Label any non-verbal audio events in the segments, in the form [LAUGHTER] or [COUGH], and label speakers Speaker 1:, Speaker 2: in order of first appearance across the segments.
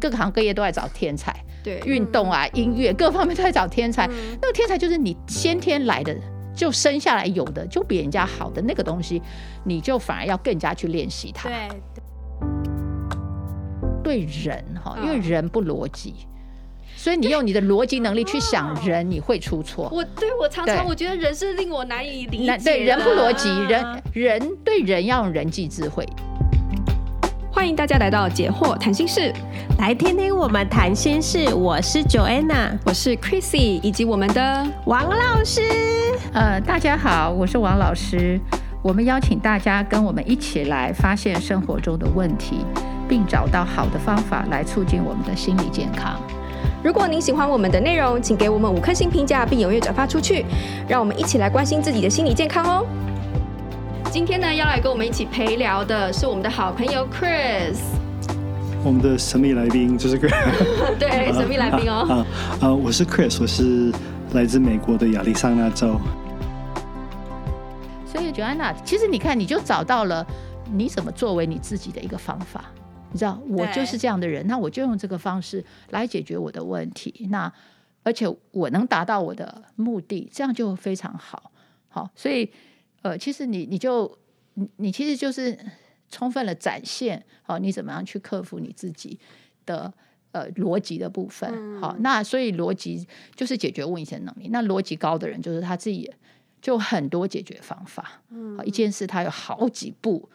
Speaker 1: 各行各业都在找天才，
Speaker 2: 对，嗯
Speaker 1: 运动啊、音乐各方面都在找天才。那个天才就是你先天来的，就生下来有的，就比人家好的那个东西，你就反而要更加去练习它。对
Speaker 2: 对，
Speaker 1: 人哈，
Speaker 2: 嗯
Speaker 1: 因为人不逻辑，所以你用你的逻辑能力去想人，你会出错。
Speaker 2: 我对我常常
Speaker 1: 对
Speaker 2: 我觉得人是令我难以理解
Speaker 1: 那
Speaker 2: 的，
Speaker 1: 对人不逻辑，人人对人要用人际智慧。
Speaker 2: [LAUGHS] 欢迎大家来到解惑谈心室，
Speaker 3: 来听听我们谈心事。我是 Joanna
Speaker 2: 我是 Chrissy 以及我们的
Speaker 3: 王老师，
Speaker 1: 呃，大家好，我是王老师。我们邀请大家跟我们一起来发现生活中的问题，并找到好的方法来促进我们的心理健康。
Speaker 2: 如果您喜欢我们的内容，请给我们五颗星评价，并踊跃转发出去，让我们一起来关心自己的心理健康哦。今天呢，要来跟我们一起陪聊的是我们的好朋友 [LAUGHS] Chris，
Speaker 4: 我们的神秘来宾就是 Chris，
Speaker 1: [LAUGHS]
Speaker 2: 对，神秘来宾 [LAUGHS] 哦。
Speaker 4: 啊啊啊！我是 Chris，我是来自美国的亚利桑那州。
Speaker 1: 所以，Joanna，其实你看，你就找到了你怎么作为你自己的一个方法。你知道，我就是这样的人，那我就用这个方式来解决我的问题。那而且我能达到我的目的，这样就非常好。好，所以呃，其实你你就你你其实就是充分的展现好、你怎么样去克服你自己的呃逻辑的部分。好，那所以逻辑就是解决问题的能力。那逻辑高的人，就是他自己就很多解决方法。嗯，一件事他有好几步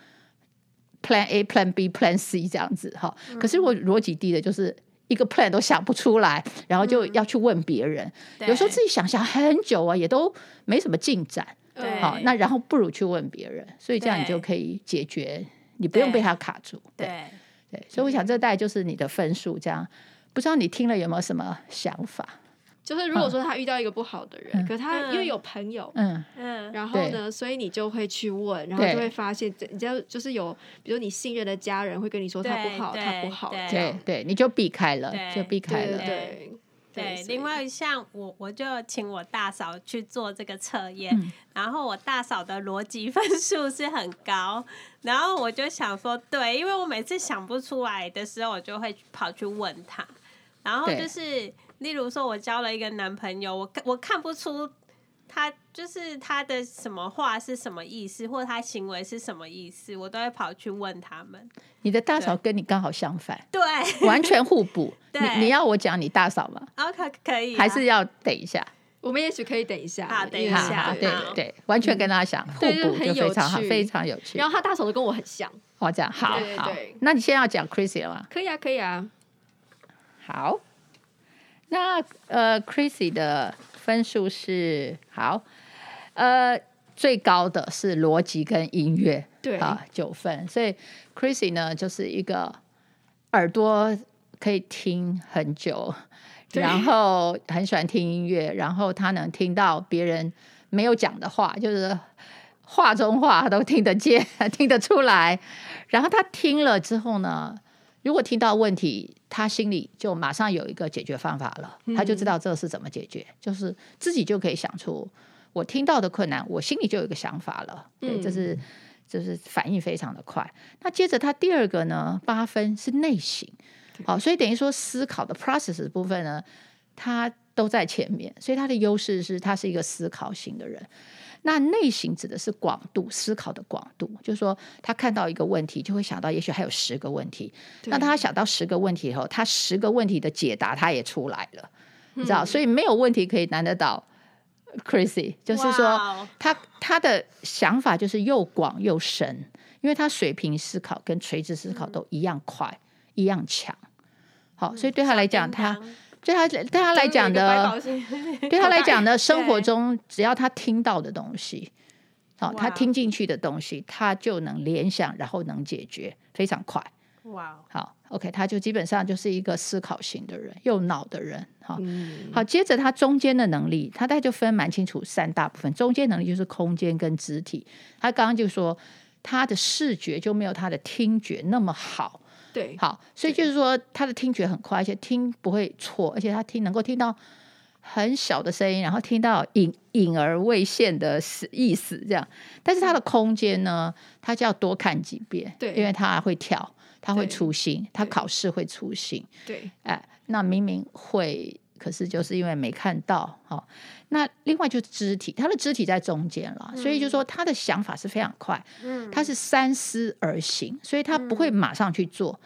Speaker 1: ，Plan A、Plan B、Plan C 这样子哈。可是如果逻辑低的，就是一个 Plan 都想不出来，然后就要去问别人。有时候自己想想很久啊，也都没什么进展。
Speaker 2: 对
Speaker 1: 好，那然后不如去问别人，所以这样你
Speaker 5: 对
Speaker 1: 就可以解决，你不用被他卡住。对
Speaker 5: 对，
Speaker 1: 对，所以我想这大概就是你的分数这样。不知道你听了有没有什么想法？
Speaker 2: 就是如果说他遇到一个不好的人，
Speaker 1: 嗯
Speaker 2: 可是他
Speaker 5: 嗯
Speaker 2: 又有朋友。
Speaker 1: 嗯，
Speaker 5: 嗯，
Speaker 2: 然后呢，所以你就会去问，然后
Speaker 1: 对
Speaker 2: 就会发现，这你就就是有，比如你信任的家人会跟你说他不
Speaker 5: 对
Speaker 2: 好，
Speaker 5: 对
Speaker 2: 他不好，
Speaker 5: 对
Speaker 2: 这
Speaker 1: 对
Speaker 2: 样
Speaker 1: 对，你就避开了，
Speaker 5: 对
Speaker 1: 就避开
Speaker 2: 对
Speaker 1: 了。
Speaker 2: 对
Speaker 5: 对。
Speaker 2: 所以
Speaker 5: 另外，像我，我就请我大嫂去做这个测验，
Speaker 1: 嗯
Speaker 5: 然后我大嫂的逻辑分数是很高，然后我就想说，对，因为我每次想不出来的时候，我就会跑去问她，然后
Speaker 1: 对
Speaker 5: 就是，例如说，我交了一个男朋友，我看我看不出。他就是他的什么话是什么意思，或他行为是什么意思，我都会跑去问他们。
Speaker 1: 你的大嫂跟你刚好相反， [LAUGHS]
Speaker 5: 对
Speaker 1: 完全互补。
Speaker 5: 对
Speaker 1: 你你要我讲你大嫂吗？
Speaker 5: ，OK，可以啊、
Speaker 1: 还是要等一下？
Speaker 2: 我们也许可以等一下，
Speaker 5: 好等一
Speaker 2: 因为
Speaker 1: 好
Speaker 5: 下
Speaker 1: 好，
Speaker 2: 对嗯
Speaker 1: 对
Speaker 5: 好
Speaker 1: 对，完全跟他想互
Speaker 2: 对就
Speaker 1: 补，
Speaker 2: 很
Speaker 1: 就
Speaker 2: 有
Speaker 1: 非常好，
Speaker 2: 趣
Speaker 1: 非常有趣
Speaker 2: 然。后他大嫂都跟我很像，
Speaker 1: 好，这样好
Speaker 2: 对对
Speaker 1: 好
Speaker 2: 对。
Speaker 1: 那你现在要讲 Chrissy 了吗？
Speaker 2: 可以啊，可以啊，
Speaker 1: 好，那呃，Chrissy 的分数是好，呃，最高的是逻辑跟音乐，
Speaker 2: 对
Speaker 1: 啊，九分。所以 Chrissy 呢，就是一个耳朵可以听很久，
Speaker 2: [LAUGHS] 对
Speaker 1: 然后很喜欢听音乐，然后他能听到别人没有讲的话，就是话中话他都听得见、 [LAUGHS] 听得出来。然后他听了之后呢，如果听到问题，他心里就马上有一个解决方法了，他就知道这是怎么解决，就是自己就可以想出我听到的困难，我心里就有一个想法了。对，
Speaker 2: 嗯
Speaker 1: 这是就是反应非常的快。那接着他第二个呢，八分是内省，好、所以等于说思考的 process 的部分呢，他都在前面，所以他的优势是他是一个思考型的人。那内省指的是广度，思考的广度，就是说他看到一个问题，就会想到也许还有十个问题。
Speaker 2: 对
Speaker 1: 那当他想到十个问题以后，他十个问题的解答他也出来了，你知道，所以没有问题可以难得倒 Crazy，就是说
Speaker 5: 哇哦
Speaker 1: 他他的想法就是又广又深，因为他水平思考跟垂直思考都一样快，一样强。好，所以对他来讲，啊他对他对他来讲
Speaker 2: 就是有一个百
Speaker 1: 的
Speaker 2: 宝箱
Speaker 5: [LAUGHS]
Speaker 1: 对他来讲呢，生活
Speaker 5: 对
Speaker 1: 中只要他听到的东西，好、他
Speaker 5: 哇
Speaker 1: 听进去的东西，他就能联想，然后能解决，非常快。
Speaker 5: 哇哦，
Speaker 1: 好，OK，他就基本上就是一个思考型的人，右脑的人。好、
Speaker 2: 嗯
Speaker 1: 好，接着他中间的能力，他大概就分蛮清楚三大部分。中间能力就是空间跟肢体，他刚刚就说他的视觉就没有他的听觉那么好。
Speaker 2: 对，
Speaker 1: 好，所以就是说他的听觉很快，而且听不会错，而且他听能够听到很小的声音，然后听到隐隐而未现的思意思这样。但是它的空间呢，它就要多看几遍，
Speaker 2: 对
Speaker 1: 因为它会跳，它会
Speaker 2: 对
Speaker 1: 粗心，它
Speaker 2: 对
Speaker 1: 考试会粗心。
Speaker 2: 对
Speaker 1: 哎，那明明会，可是就是因为没看到，好、那另外就是肢体，他的肢体在中间了，所以就说他的想法是非常快，
Speaker 5: 嗯，
Speaker 1: 他是三思而行，所以他不会马上去做。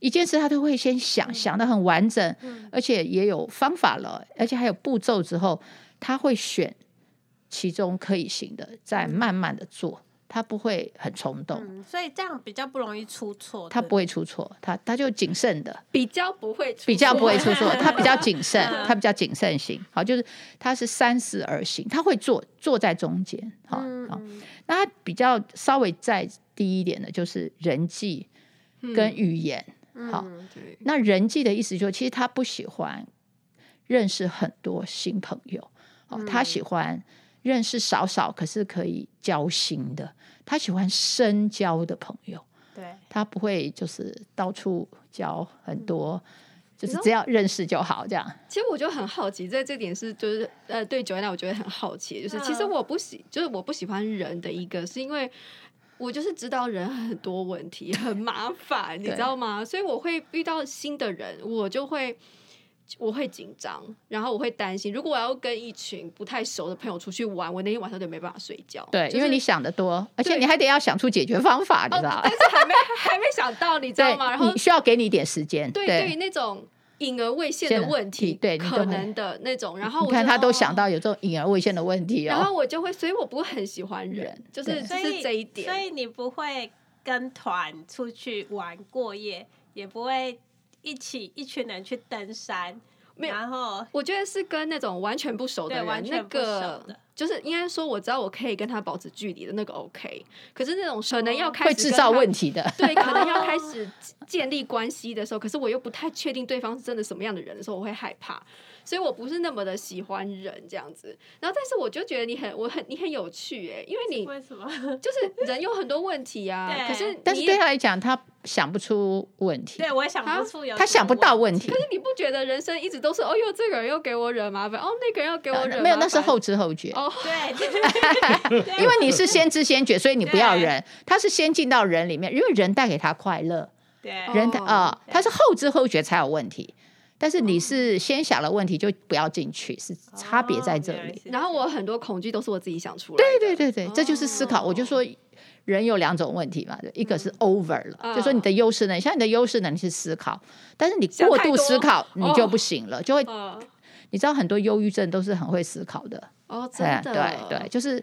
Speaker 1: 一件事他都会先
Speaker 5: 嗯
Speaker 1: 想，想的很完整，而且也有方法了，而且还有步骤之后，他会选其中可以行的，再慢慢的做，他不会很冲动，
Speaker 5: 嗯，所以这样比较不容易出错。
Speaker 1: 他
Speaker 5: 对
Speaker 1: 不会出错，他他就谨慎的，
Speaker 2: 比较不会出
Speaker 1: 比较不会
Speaker 2: 错
Speaker 1: 出错，他比较谨慎，他比较谨慎型。好，就是他是三思而行，他会坐坐在中间。好，好，那他比较稍微再低一点的，就是人际跟语言。好，
Speaker 2: 对
Speaker 1: 那人际的意思就是，其实他不喜欢认识很多新朋友，哦，他喜欢认识少少，可是可以交心的，他喜欢深交的朋友。
Speaker 5: 对，
Speaker 1: 他不会就是到处交很多，就是
Speaker 2: 嗯你知道
Speaker 1: 只要认识就好这样。
Speaker 2: 其实我就很好奇，在这点是就是呃，对 Joanna 我觉得很好奇，就是其实
Speaker 5: 嗯
Speaker 2: 我不喜，就是我不喜欢人的一个，是因为我就是知道人很多问题，很麻烦，你
Speaker 1: 对
Speaker 2: 知道吗？所以我会遇到新的人，我就会。我会紧张，然后我会担心。如果我要跟一群不太熟的朋友出去玩，我那天晚上就没办法睡觉。
Speaker 1: 对，
Speaker 2: 就是
Speaker 1: 因为你想得多，而且
Speaker 2: 对
Speaker 1: 你还得要想出解决方法，你知道吧
Speaker 2: 哦，但？是还没还没想到，你知道吗？然后
Speaker 1: 你需要给你一点时间。
Speaker 2: 对对于那种隐而未现
Speaker 1: 现
Speaker 2: 的
Speaker 1: 的
Speaker 2: 问题，
Speaker 1: 对你都
Speaker 2: 可
Speaker 1: 会
Speaker 2: 能的那种，然后
Speaker 1: 你
Speaker 2: 我
Speaker 1: 看
Speaker 2: 就
Speaker 1: 他都
Speaker 2: 哦
Speaker 1: 想到有这种隐而未现的问题
Speaker 2: 然后
Speaker 1: 哦。
Speaker 2: 我就会，所以我不会很喜欢人
Speaker 1: 人，
Speaker 2: 就是
Speaker 1: 对
Speaker 2: 就
Speaker 5: 所
Speaker 2: 是
Speaker 5: 以
Speaker 2: 这一
Speaker 5: 所
Speaker 2: 点。
Speaker 5: 以你不会跟团出去玩过夜，也不会一起一群人去登山，
Speaker 2: 没有
Speaker 5: 然后
Speaker 2: 我觉得是跟那种完全不熟的
Speaker 5: 对
Speaker 2: 人，
Speaker 5: 完
Speaker 2: 那
Speaker 5: 全不熟
Speaker 2: 个
Speaker 5: 的
Speaker 2: 就是应该说，我知道我可以跟他保持距离的那个 OK，可是那种可能
Speaker 5: 哦
Speaker 2: 要开始
Speaker 1: 会制造问
Speaker 2: 题，
Speaker 1: 题的，
Speaker 2: 对，可能要开始建立关系的时候，可是我又不太确定对方是真的什么样的人的时候，我会害怕，所以我不是那么的喜欢人这样子。然后，但是我就觉得你很，我很，你很有趣哎、因为你
Speaker 5: 为什么？ [LAUGHS]
Speaker 2: 就是人有很多问题啊，
Speaker 5: 对
Speaker 2: 可是
Speaker 1: 但是
Speaker 2: 你
Speaker 1: 对
Speaker 2: 也
Speaker 1: 他来讲，他想不出问题，
Speaker 5: 对我也想
Speaker 2: 啊
Speaker 5: 不出有什么问题，
Speaker 1: 他想不到问题
Speaker 2: 可。是你不觉得人生一直都是哦哟，这个人又给我惹麻烦，哦那个人又给我惹麻烦，
Speaker 1: 呃没有，那是后知后觉。
Speaker 2: 哦，
Speaker 1: [LAUGHS]
Speaker 5: 对，对，对
Speaker 1: 因为你是先知先觉，所以你不要人，他是先进到人里面，因为人带给他快乐，
Speaker 5: 对
Speaker 2: 哦哦
Speaker 1: 人的啊、
Speaker 5: 对
Speaker 1: 他是后知后觉才有问题，但是你是先想了问题就不要进去，是差别在
Speaker 5: 哦
Speaker 1: 这里。。
Speaker 2: 然后我很多恐惧都是我自己想出来
Speaker 1: 对
Speaker 2: 的，
Speaker 1: 对对对，这就是思考。我就说人有两种问题嘛，一个是 over 了，
Speaker 2: 嗯
Speaker 1: 就说你的优势能力，像你的优势能力是思考，但是你过度思考
Speaker 2: 想太多
Speaker 1: 你就不行了，就会
Speaker 2: 哦，
Speaker 1: 你知道很多忧郁症都是很会思考的，
Speaker 2: 哦真
Speaker 1: 哎，
Speaker 2: 的，
Speaker 1: 对对，就是。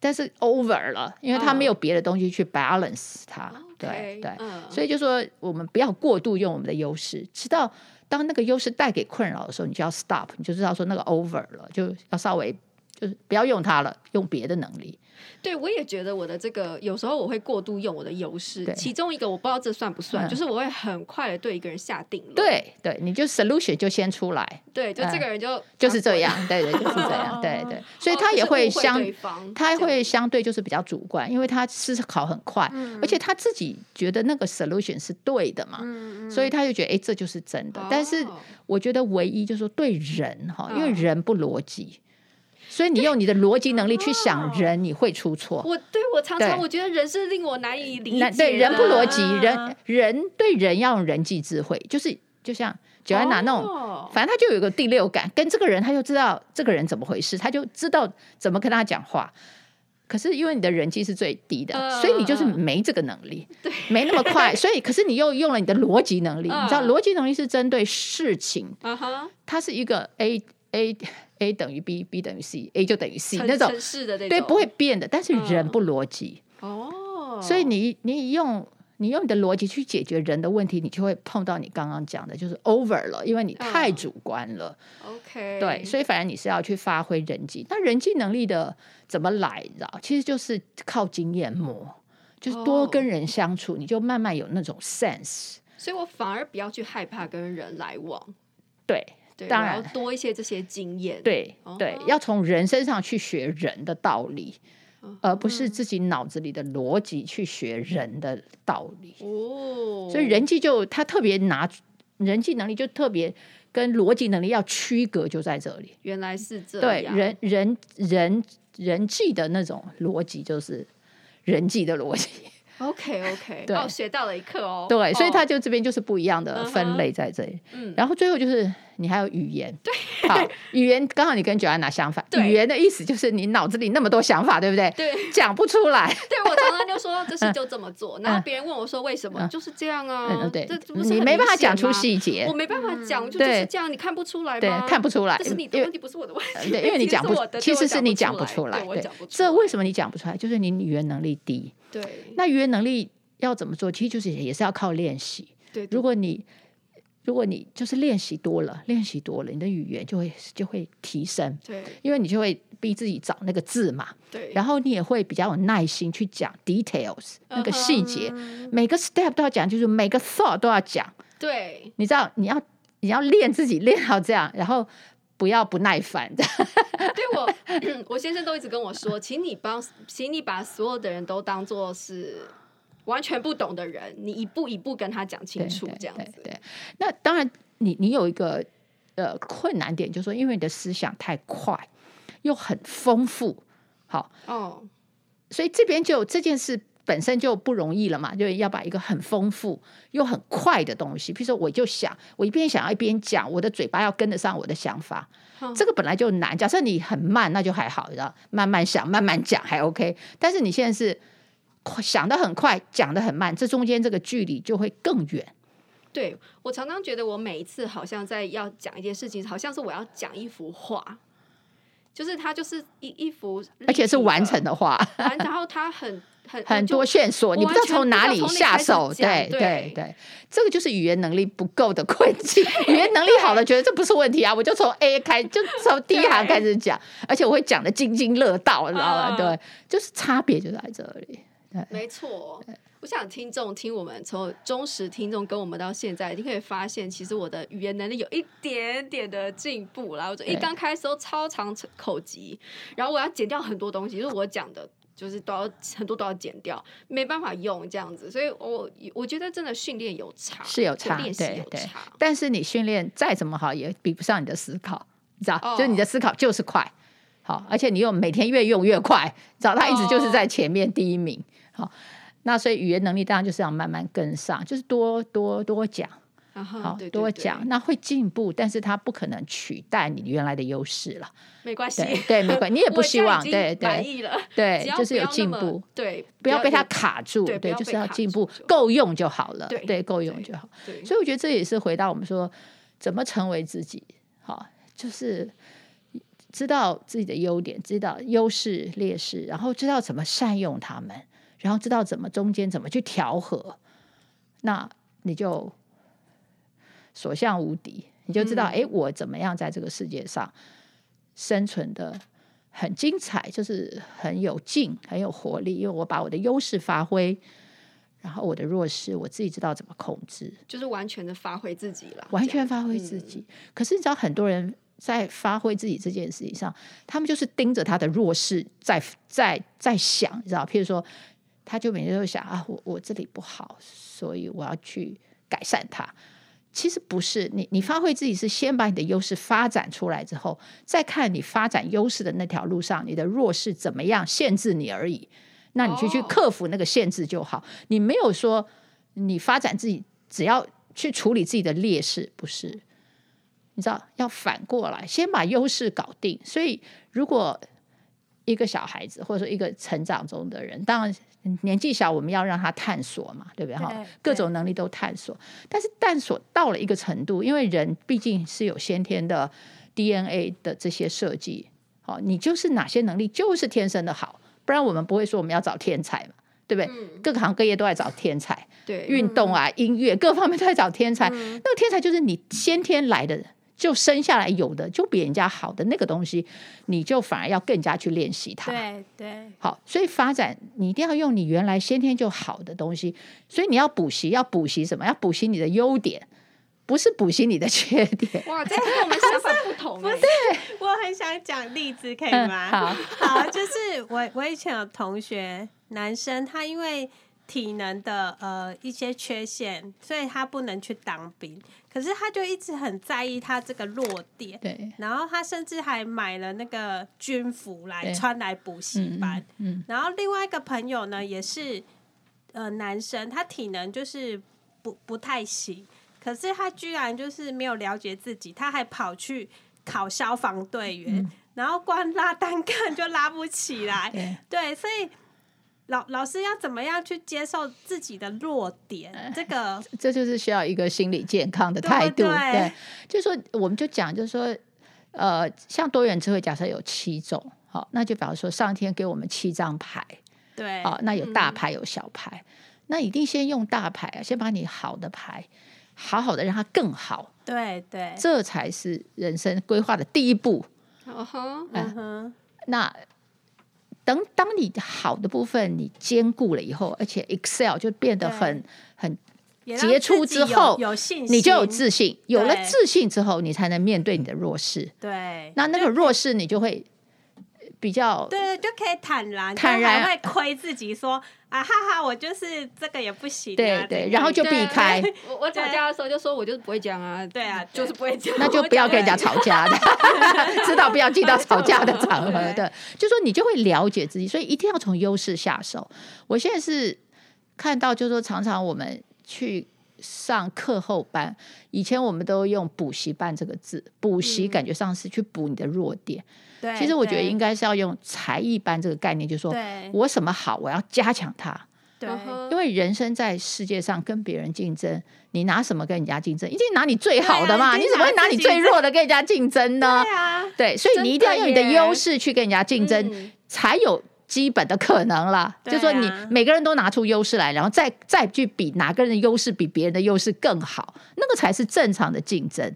Speaker 1: 但是 over 了，因为他没有别的东西去 balance 它，对
Speaker 2: 嗯 OK，
Speaker 1: 对，
Speaker 2: 嗯
Speaker 1: 所以就说我们不要过度用我们的优势，直到当那个优势带给困扰的时候，你就要 stop，你就知道说那个 over 了，就要稍微就是不要用它了，用别的能力。
Speaker 2: 对我也觉得我的这个有时候我会过度用我的优势，
Speaker 1: 对
Speaker 2: 其中一个我不知道这算不算，
Speaker 1: 嗯
Speaker 2: 就是我会很快的对一个人下定论，
Speaker 1: 对对，你就 solution 就先出来，
Speaker 2: 对，就这个人就
Speaker 1: 就是这，样，对对，就是这样，对对，所以
Speaker 2: 啊哦
Speaker 1: 他也
Speaker 2: 就是误
Speaker 1: 会
Speaker 2: 会
Speaker 1: 相
Speaker 2: 对方，
Speaker 1: 他
Speaker 2: 这
Speaker 1: 会
Speaker 2: 样
Speaker 1: 相对就是比较主观，因为他思考很快，
Speaker 2: 嗯
Speaker 1: 而且他自己觉得那个 solution 是对的嘛，所以他就觉得哎，诶这就是真的。但是
Speaker 2: 嗯哦
Speaker 1: 我觉得唯一就是说对人哈，因为
Speaker 2: 嗯
Speaker 1: 人不逻辑，所以你用你的逻辑能力去想人，你会出错。
Speaker 2: 哦我对我常常
Speaker 1: 对
Speaker 2: 我觉得人是令我难以理
Speaker 1: 那
Speaker 2: 解，
Speaker 1: 对人不逻辑，人
Speaker 5: 啊
Speaker 1: 人对人要用人际智慧，就是就像九安娜那种。
Speaker 2: 哦
Speaker 1: 反正他就有一个第六感，跟这个人他就知道这个人怎么回事，他就知道怎么跟他讲话。可是因为你的人际是最低的，
Speaker 2: 嗯
Speaker 1: 所以你就是没这个能
Speaker 2: [LAUGHS]
Speaker 1: 力，没那么快。所以，可是你又用了你的逻辑能力，
Speaker 2: 嗯
Speaker 1: 你知道逻辑能力是针对事情，
Speaker 2: 啊哈，
Speaker 1: 它是一个 A A A 等于 B，B 等于 C，A 就等于 C
Speaker 2: 城
Speaker 1: 那种
Speaker 2: 城，市的那种，
Speaker 1: 对，不会变的。但是人
Speaker 2: 嗯
Speaker 1: 不逻辑，
Speaker 2: 哦，
Speaker 1: 所以你你用你用你的逻辑去解决人的问题，你就会碰到你刚刚讲的，就是 over 了，因为你太
Speaker 2: 嗯
Speaker 1: 主观了。
Speaker 2: OK
Speaker 1: 对，所以反正你是要去发挥人际，那人际能力的怎么来，你知道？其实就是靠经验磨，就是多
Speaker 2: 哦
Speaker 1: 跟人相处，你就慢慢有那种 sense。
Speaker 2: 所以我反而不要去害怕跟人来往，
Speaker 1: 对
Speaker 2: 对，
Speaker 1: 当
Speaker 2: 我
Speaker 1: 然
Speaker 2: 要多一些这些经验，，
Speaker 1: 对对，
Speaker 2: 哦
Speaker 1: 要从人身上去学人的道理，
Speaker 2: 哦
Speaker 1: 而不
Speaker 2: 嗯
Speaker 1: 是自己脑子里的逻辑去学人的道理。
Speaker 2: 哦，
Speaker 1: 所以人际就他特别拿人际能力就特别。跟逻辑能力要区隔就在这里。
Speaker 2: 原来是这
Speaker 1: 对
Speaker 2: 样，
Speaker 1: 人人人人际的那种逻辑，就是人际的逻辑。 [LAUGHS]
Speaker 2: OK OK，
Speaker 1: 对
Speaker 2: 哦，学到了一课哦。
Speaker 1: 对，所以它
Speaker 2: 哦
Speaker 1: 就这边就是不一样的
Speaker 2: 嗯哼
Speaker 1: 分类在这里。
Speaker 2: 嗯
Speaker 1: 然后最后就是你还有语言，对，好，语言刚好你跟 Joanna 相反，
Speaker 2: 对
Speaker 1: 语言的意思就是你脑子里那么多想法，对不对？
Speaker 2: 对
Speaker 1: 讲不出来，
Speaker 2: [LAUGHS] 对我常常就说这事就这
Speaker 1: [LAUGHS]
Speaker 2: 么做，然后别人问我说为什么，
Speaker 1: 嗯
Speaker 2: 就是这样啊
Speaker 1: 嗯，，对
Speaker 2: 这这，不是
Speaker 1: 你
Speaker 2: 很
Speaker 1: 没办法
Speaker 2: 明显
Speaker 1: 讲出
Speaker 2: 吗，
Speaker 1: 细节嗯
Speaker 2: 我，没办法讲，我就就
Speaker 1: 对
Speaker 2: 是这样，你看不出来
Speaker 1: 对
Speaker 2: 吗？，
Speaker 1: 看不出来，
Speaker 2: 这是你的
Speaker 1: 因为
Speaker 2: 问题，不是我的问题。
Speaker 1: 对，因为你
Speaker 2: [LAUGHS] 其实
Speaker 1: 讲
Speaker 2: 是
Speaker 1: 不
Speaker 2: 我的，
Speaker 1: 其实是你
Speaker 2: 讲
Speaker 1: 讲不出来，
Speaker 2: 对，我
Speaker 1: 对
Speaker 2: 讲不，出
Speaker 1: 这
Speaker 2: 来
Speaker 1: 为什么你讲不出来？就是你语言能力低。
Speaker 2: 对
Speaker 1: 那语言能力要怎么做？其实就是也是要靠练习。
Speaker 2: 对，对
Speaker 1: 如果你如果你就是练习多了，练习多了，你的语言就会就会提升，
Speaker 2: 对
Speaker 1: 因为你就会逼自己找那个字嘛，
Speaker 2: 对，
Speaker 1: 然后你也会比较有耐心去讲 details 那个细节，
Speaker 5: 嗯
Speaker 1: 每个 step 都要讲，就是每个 thought 都要讲。
Speaker 2: 对
Speaker 1: 你知道，你要你要练自己练到这样，然后不要不耐烦的。
Speaker 2: [LAUGHS] 对我我先生都一直跟我说，请你帮，请你把所有的人都当做是完全不懂的人，你一步一步跟他讲清楚
Speaker 1: 对，
Speaker 2: 这样
Speaker 1: 对对
Speaker 2: 子。
Speaker 1: 对那当然你，你有一个呃困难点，就是说，因为你的思想太快，又很丰富，好，
Speaker 2: 哦，
Speaker 1: 所以这边就这件事本身就不容易了嘛，就是要把一个很丰富又很快的东西，譬如说，我就想，我一边想要一边讲，我的嘴巴要跟得上我的想法，
Speaker 2: 哼
Speaker 1: 这个本来就难。假设你很慢，那就还好，你知道，慢慢想，慢慢讲还 OK。但是你现在是快想的很快，讲的很慢，这中间这个距离就会更远。
Speaker 2: 对我常常觉得，我每一次好像在要讲一件事情，好像是我要讲一幅画，就是它就是一一幅，
Speaker 1: 而且是完成
Speaker 2: 的，
Speaker 1: 的话， [LAUGHS]
Speaker 2: 完然后它很很
Speaker 1: 很
Speaker 2: 嗯就
Speaker 1: 多线索，你
Speaker 2: 我
Speaker 1: 不知道
Speaker 2: 完全
Speaker 1: 从哪
Speaker 2: 不
Speaker 1: 里
Speaker 2: 知道从哪
Speaker 1: 下
Speaker 2: 开始
Speaker 1: 手。
Speaker 2: 讲
Speaker 1: 对
Speaker 2: 对
Speaker 1: 对对，这个就是语言能力不够的困
Speaker 2: [LAUGHS]
Speaker 1: 境。语言能力好的，觉得这不是问题啊，我就从 A 开，就从第一行开始讲，而且我会讲的津津乐道，你知道吗？
Speaker 2: 嗯
Speaker 1: 对，就是差别就在这里。
Speaker 2: 没错。我想听众听我们从忠实听众跟我们到现在，你可以发现，其实我的语言能力有一点点的进步啦。我就一
Speaker 1: 对
Speaker 2: 刚开始都超常口疾，然后我要剪掉很多东西，就是我讲的，就是都要很多都要剪掉，没办法用这样子。所以我我觉得真的训练有差，
Speaker 1: 是有差
Speaker 2: 练习
Speaker 1: 对
Speaker 2: 有
Speaker 1: 对
Speaker 2: 差。
Speaker 1: 但是你训练再怎么好，也比不上你的思考，你知道？
Speaker 2: 哦
Speaker 1: 就是你的思考就是快，好，而且你又每天越用越快，你知道？他一直就是
Speaker 2: 哦
Speaker 1: 在前面第一名，好。那所以语言能力当然就是要慢慢跟上，就是多多多讲，
Speaker 2: 然后
Speaker 1: 好、
Speaker 2: 啊嗯对对
Speaker 1: 多
Speaker 2: 对
Speaker 1: 讲，那会进步，但是它不可能取代你原来的优势了。
Speaker 2: 没关系，
Speaker 1: 对对，没关系，你也不
Speaker 2: 我
Speaker 1: 希
Speaker 2: 现在已
Speaker 1: 望，
Speaker 2: 经
Speaker 1: 对
Speaker 2: 满
Speaker 1: 对
Speaker 2: 意了，只
Speaker 1: 对，
Speaker 2: 要
Speaker 1: 就是
Speaker 2: 不
Speaker 1: 有
Speaker 2: 要那
Speaker 1: 进
Speaker 2: 么
Speaker 1: 步，，
Speaker 2: 对，
Speaker 1: 不要被
Speaker 2: 有
Speaker 1: 它卡住，
Speaker 2: 对不要
Speaker 1: 就是
Speaker 2: 被
Speaker 1: 要
Speaker 2: 卡
Speaker 1: 进
Speaker 2: 住
Speaker 1: 步
Speaker 2: 就，
Speaker 1: 够用就好了，
Speaker 2: 对
Speaker 1: 够用
Speaker 2: 对
Speaker 1: 就好。
Speaker 2: 对
Speaker 1: 所以我觉得这也是回到我们说怎么成为自己，好，就是知道自己的优点，知道优势劣势，然后知道怎么善用它们，然后知道怎么中间怎么去调和，那你就所向无敌，你就知道诶，我怎么样在这个世界上生存的。很精彩，就是很有劲，很有活力，因为我把我的优势发挥，然后我的弱势我自己知道怎么控制，
Speaker 2: 就是完全的发挥自己了，
Speaker 1: 完
Speaker 2: 这样
Speaker 1: 全
Speaker 2: 嗯
Speaker 1: 发挥自己。可是你知道，很多人在发挥自己这件事情上，他们就是盯着他的弱势在在在想，你知道？譬如说，他就每天都想啊，我我这里不好，所以我要去改善它。其实不是，你你发挥自己是先把你的优势发展出来之后，再看你发展优势的那条路上，你的弱势怎么样限制你而已。那你就去
Speaker 2: 哦
Speaker 1: 克服那个限制就好。你没有说你发展自己，只要去处理自己的劣势，不是？你知道，要反过来，先把优势搞定。所以，如果一个小孩子，或者说一个成长中的人，当然年纪小，我们要让他探索嘛，对不对？哈
Speaker 5: 对，
Speaker 1: 各种能力都探索。但是探索到了一个程度，因为人毕竟是有先天的 DNA 的这些设计，好、你就是哪些能力就是天生的好，不然我们不会说我们要找天才嘛，对不对？
Speaker 5: 嗯
Speaker 1: 各行各业都在找天才，
Speaker 2: 对嗯
Speaker 1: 运动啊、音乐各方面都在找天才。那个天才就是你先天来的，就生下来有的，就比人家好的那个东西，你就反而要更加去练习它。
Speaker 5: 对
Speaker 1: [LAUGHS]
Speaker 5: 对，
Speaker 1: 好，所以发展你一定要用你原来先天就好的东西，所以你要补习，要补习什么？要补习你的优点，不是补习你的缺
Speaker 2: [LAUGHS]
Speaker 1: 点。
Speaker 2: 哇，这跟我们想法 [LAUGHS] 不同哎、
Speaker 5: 我很想讲例子，可以
Speaker 1: 嗯
Speaker 5: 吗？ [LAUGHS]
Speaker 1: 好，
Speaker 5: 好，就是我我以前有同学，男生他因为体能的呃一些缺陷，所以他不能去当兵。可是他就一直很在意他这个弱点，
Speaker 1: 对，
Speaker 5: 然后他甚至还买了那个军服来
Speaker 1: 对
Speaker 5: 穿来补习
Speaker 1: 嗯
Speaker 5: 班。
Speaker 1: 嗯
Speaker 5: 然后另外一个朋友呢，也是呃男生，他体能就是不不太行，可是他居然就是没有了解自己，他还跑去考消防队员， [LAUGHS] 然后光拉单杠就拉不起来
Speaker 1: 嗯，。对，
Speaker 5: 对，所以老老师要怎么样去接受自己的弱
Speaker 1: 哎
Speaker 5: 点？这
Speaker 1: [LAUGHS]
Speaker 5: 个
Speaker 1: 这就是需要一个心理健康的
Speaker 5: 对
Speaker 1: 态度，
Speaker 5: 对
Speaker 1: 就说我们就讲，就是说，呃，像多元智慧，假设有七种，好、那就比方说上天给我们七张牌，
Speaker 5: 对，
Speaker 1: 好、那有大
Speaker 5: 嗯
Speaker 1: 牌有小牌，那一定先用大牌啊，先把你好的牌，好好的让它更好，
Speaker 5: 对对，
Speaker 1: 这才是人生规划的第一步。
Speaker 2: 哦吼，
Speaker 5: 嗯哼，
Speaker 1: 那等当你好的部分你兼顾了以后，而且 Excel 就变得
Speaker 5: 对
Speaker 1: 很很
Speaker 5: 也
Speaker 1: 杰
Speaker 5: 让自
Speaker 1: 出
Speaker 5: 己
Speaker 1: 之
Speaker 5: 有
Speaker 1: 后
Speaker 5: 有信心，
Speaker 1: 你就有自信，有了
Speaker 5: 对
Speaker 1: 自信之后，你才能面对你的弱势。
Speaker 5: 对，
Speaker 1: 那那个弱势，你就会呃比较
Speaker 5: 对，就可以坦然，就
Speaker 1: 坦然
Speaker 5: 还会亏自己说啊，哈哈，我就是这个也不行、啊，
Speaker 1: 对
Speaker 5: 这
Speaker 1: 对，
Speaker 5: 个
Speaker 1: 然后
Speaker 5: 也
Speaker 1: 就避开，
Speaker 2: [LAUGHS] 我我吵架的时候就说我就是不会讲啊，
Speaker 5: 对啊，
Speaker 2: 就是不会讲，
Speaker 1: 那就不要跟人家吵架的，
Speaker 5: [LAUGHS]
Speaker 1: 知道不要进到吵架的场合
Speaker 5: 对
Speaker 1: 的，就说你就会了解自己，所以一定要从优势下手。我现在是看到，就是说常常我们去。上课后班，以前我们都用补习班这个字，补习感觉上是去补你的弱点。
Speaker 5: 对。
Speaker 1: 其实我觉得
Speaker 5: 嗯对
Speaker 1: 应该是要用才艺班这个概念，就是说
Speaker 5: 对
Speaker 1: 我什么好，我要加强它。
Speaker 5: 对
Speaker 2: 嗯哼
Speaker 1: 因为人生在世界上跟别人竞争，你拿什么跟人家竞争？一定拿你最好的嘛，
Speaker 5: 对啊一定
Speaker 1: 你怎么会拿你最弱的跟人家竞争呢？
Speaker 5: 对啊，
Speaker 1: 对，所以你一定要用你的
Speaker 2: 真的耶
Speaker 1: 优势去跟人家竞争，
Speaker 2: 嗯
Speaker 1: 才有基本的可能啦。
Speaker 5: 对啊
Speaker 1: 就说你每个人都拿出优势来，然后再再去比哪个人的优势比别人的优势更好，那个才是正常的竞争。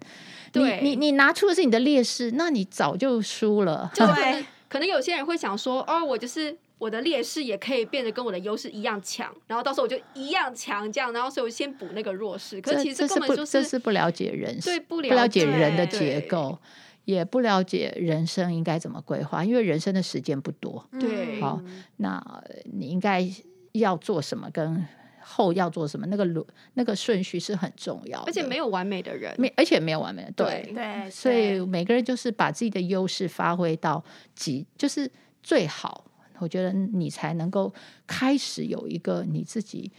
Speaker 1: 你
Speaker 2: 对
Speaker 1: 你你拿出的是你的劣势，那你早就输了。
Speaker 2: 就是可
Speaker 5: 对
Speaker 2: 能可能有些人会想说，哦，我就是我的劣势也可以变得跟我的优势一样强，然后到时候我就一样强这样，然后所以我先补那个弱势，可
Speaker 1: 这
Speaker 2: 是其实
Speaker 1: 这
Speaker 2: 根本
Speaker 1: 不
Speaker 2: 就
Speaker 1: 这是不了解人，
Speaker 2: 对不
Speaker 1: 不
Speaker 2: 了
Speaker 1: 了解
Speaker 2: 解
Speaker 1: 人的
Speaker 5: 对
Speaker 1: 结构，也不了解人生应该怎么规划，因为人生的时间不多，
Speaker 2: 对
Speaker 1: 好
Speaker 5: 嗯
Speaker 1: 那呃你应该要做什么跟后要做什么，那个轮那个顺序是很重要的，
Speaker 2: 而且没
Speaker 1: 有
Speaker 2: 有完美的人，
Speaker 1: 没而且没有完美的
Speaker 2: 对
Speaker 1: 对，
Speaker 5: 对，
Speaker 1: 所以
Speaker 5: 对
Speaker 1: 每个人就是把自己的优势发挥到极，就是最好。我觉得你才能够开始有一个你自己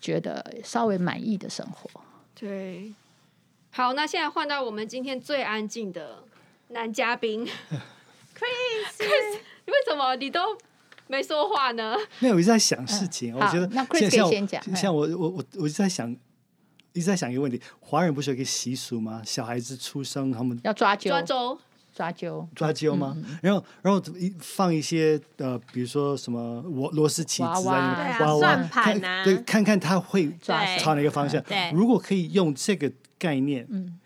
Speaker 1: 觉得稍微满意的生活。
Speaker 2: 对。好，那现在换到我们今天最安静的男
Speaker 1: [LAUGHS]
Speaker 2: 嘉宾 Chris，Chris，为什么你都没说话呢？
Speaker 4: 没有，我一直在想事情。
Speaker 1: 嗯
Speaker 4: 我觉得
Speaker 1: 好那 Chris
Speaker 4: 像像我
Speaker 1: 可以先讲嗯
Speaker 4: 像我我我我一直在想，一直在想一个问题：华人不是有一个习俗吗？小孩子出生，他们
Speaker 1: 要抓阄，
Speaker 2: 抓周，
Speaker 1: 抓阄，
Speaker 4: 抓阄吗？
Speaker 1: 嗯
Speaker 4: 然后然后一放一些呃，比如说什么螺螺丝起子
Speaker 1: 娃
Speaker 4: 啊，
Speaker 1: 娃
Speaker 5: 对啊
Speaker 4: 娃娃
Speaker 5: 算盘
Speaker 4: 看
Speaker 5: 啊
Speaker 4: 对，看看他会
Speaker 1: 抓
Speaker 5: 对
Speaker 1: 手
Speaker 4: 朝哪个方向。
Speaker 5: 对
Speaker 4: 如果可以用这个概念，
Speaker 1: 嗯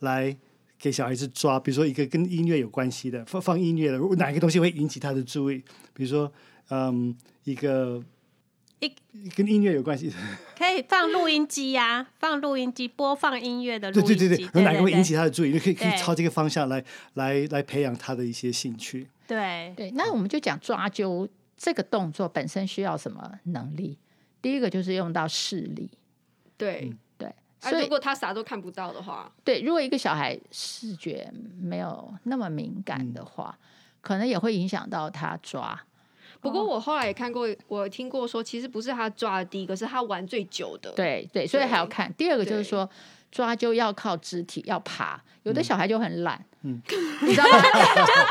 Speaker 4: 来给小孩子抓，比如说一个跟音乐有关系的，放放音乐的，如果哪一个东西会引起他的注意？比如说，嗯，一个
Speaker 5: 一
Speaker 4: 跟音乐有关系的，
Speaker 5: 可以放录音机呀、放录音机播放音乐的录
Speaker 4: 对
Speaker 5: 音
Speaker 4: 对
Speaker 5: 机，
Speaker 4: 对对，有哪个会引起？他的注意？你可以可以
Speaker 5: 对
Speaker 4: 朝这个方向来来来培养他的一些兴趣。
Speaker 5: 对
Speaker 1: 对，那我们就讲抓阄这个动作本身需要什么能力？第一个就是用到视力，
Speaker 2: 对。
Speaker 1: 对，
Speaker 2: 啊，
Speaker 1: 嗯所以、
Speaker 2: 如果他啥都看不到的话，
Speaker 1: 对，如果一个小孩视觉没有那么敏感
Speaker 2: 嗯
Speaker 1: 的话，可能也会影响到他抓。
Speaker 2: 不过我后来也看过，我听过说，其实不是他抓的第一个，是他玩最久的。，
Speaker 1: 对对，所以还要
Speaker 2: 对
Speaker 1: 看。第二个就是
Speaker 2: 对
Speaker 1: 说，抓阄要靠肢体，要爬。有的小孩就很懒，
Speaker 4: 嗯
Speaker 1: [LAUGHS] 你知道吗？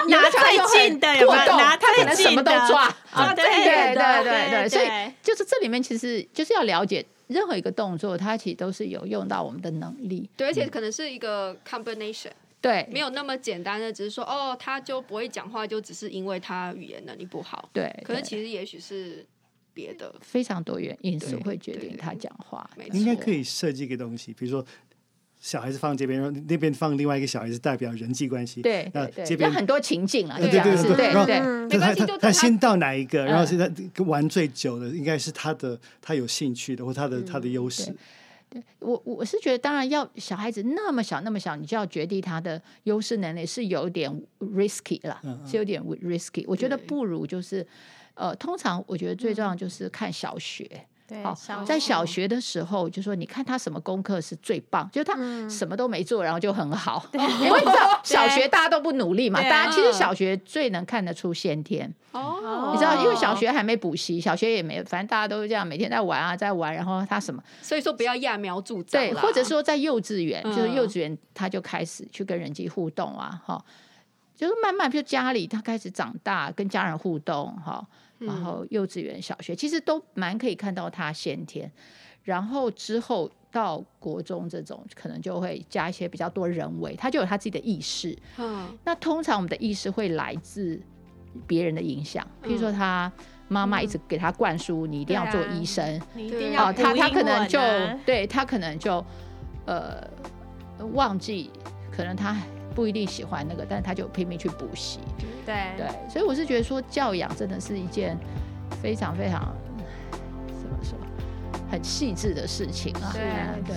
Speaker 1: 有
Speaker 5: 拿
Speaker 1: 的小孩
Speaker 5: 最
Speaker 1: 就很
Speaker 5: 近的有
Speaker 1: 过
Speaker 5: 没有
Speaker 1: 动
Speaker 5: 拿
Speaker 1: 他可
Speaker 5: 最
Speaker 1: 能什么
Speaker 5: 近
Speaker 1: 都
Speaker 5: 的
Speaker 1: 抓。
Speaker 5: 啊，对
Speaker 1: 对对对
Speaker 5: 对
Speaker 1: 对，所以就是这里面其实就是要了解任何一个动作，它其实都是有用到我们的能力。
Speaker 2: 对，而且可能是一个 combination，
Speaker 1: 嗯对，
Speaker 2: 没有那么简单的，只是说哦，他就不会讲话，就只是因为他语言能力不好。
Speaker 1: 对，
Speaker 2: 可是
Speaker 1: 对
Speaker 2: 其实也许是别的，
Speaker 1: 非常多元因素
Speaker 4: 对
Speaker 1: 会决
Speaker 2: 对
Speaker 1: 定
Speaker 2: 对
Speaker 1: 他讲话的
Speaker 2: 没
Speaker 1: 时候。
Speaker 4: 应该可以设计一个东西，比如说小孩子放这边，然后那边放另外一个小孩子，代表人际关系。
Speaker 1: 对
Speaker 4: 那
Speaker 1: 对
Speaker 4: 这
Speaker 1: 对，
Speaker 4: 边
Speaker 1: 有很多情境啊，
Speaker 4: 对
Speaker 1: 这样
Speaker 4: 对
Speaker 1: 子
Speaker 4: 对
Speaker 1: 对
Speaker 4: 对
Speaker 1: 对
Speaker 5: 嗯
Speaker 2: 没
Speaker 4: 他
Speaker 2: 关系就
Speaker 4: 他
Speaker 2: 等
Speaker 4: 他
Speaker 2: 他
Speaker 4: 先到哪一个，然
Speaker 1: 嗯
Speaker 4: 后
Speaker 2: 嗯
Speaker 4: 现在玩最久的应该是他的他有兴趣的或他的他的优势
Speaker 1: 对。我我是觉得，当然要小孩子那么小那么小，你就要决定他的优势能力是有点 risky 啦，是有点 risky。我觉得不如就是，呃，通常我觉得最重要就是看小学。
Speaker 6: 对
Speaker 1: 好，在小学的时候，就说你看他什么功课是最棒，就是他什么都没做，然后就很好。因为你知道，小学大家都不努力嘛，
Speaker 5: 对
Speaker 1: 大家其实
Speaker 2: 嗯
Speaker 1: 小学最能看得出先天。
Speaker 2: 哦
Speaker 1: 你知道，因为小，学还没补习，小学也没有，反正大家都是这样，每天在玩啊，在玩。然后他什么
Speaker 2: 所以说不要揠苗助长
Speaker 1: 对，
Speaker 2: 啦
Speaker 1: 或者说在幼稚园，就是幼
Speaker 2: 嗯
Speaker 1: 稚园他就开始去跟人际互动啊，哈、就是慢慢就家里他开始长大，跟家人互动哈、
Speaker 2: 嗯
Speaker 1: 然后幼稚园、小学其实都蛮可以看到他先天，然后之后到国中这种可能就会加一些比较多人为，他就有他自己的意识，
Speaker 2: 嗯
Speaker 1: 那通常我们的意识会来自别人的影响，譬如
Speaker 2: 嗯
Speaker 1: 说他妈妈一直给他灌输你一定要做
Speaker 2: 啊
Speaker 1: 医生，
Speaker 5: 你一定
Speaker 2: 对
Speaker 5: 要、
Speaker 2: 啊
Speaker 1: 哦他他可能就对他可能就呃忘记，可能他不一定喜欢那个，但是他就拼命去补习。
Speaker 6: 对
Speaker 1: 对，所以我是觉得说教养真的是一件非常非常怎么说很细致的事情啊，
Speaker 6: 是啊
Speaker 1: 对。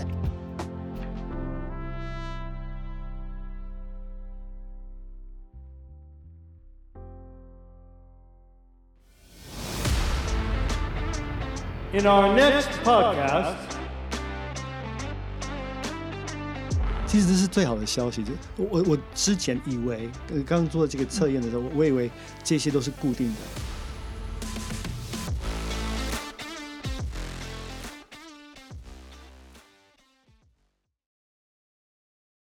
Speaker 4: In our next podcast，其实这是最好的消息。就我我我之前以为，呃，刚做这个测验的时候，我我以为这些都是固定的，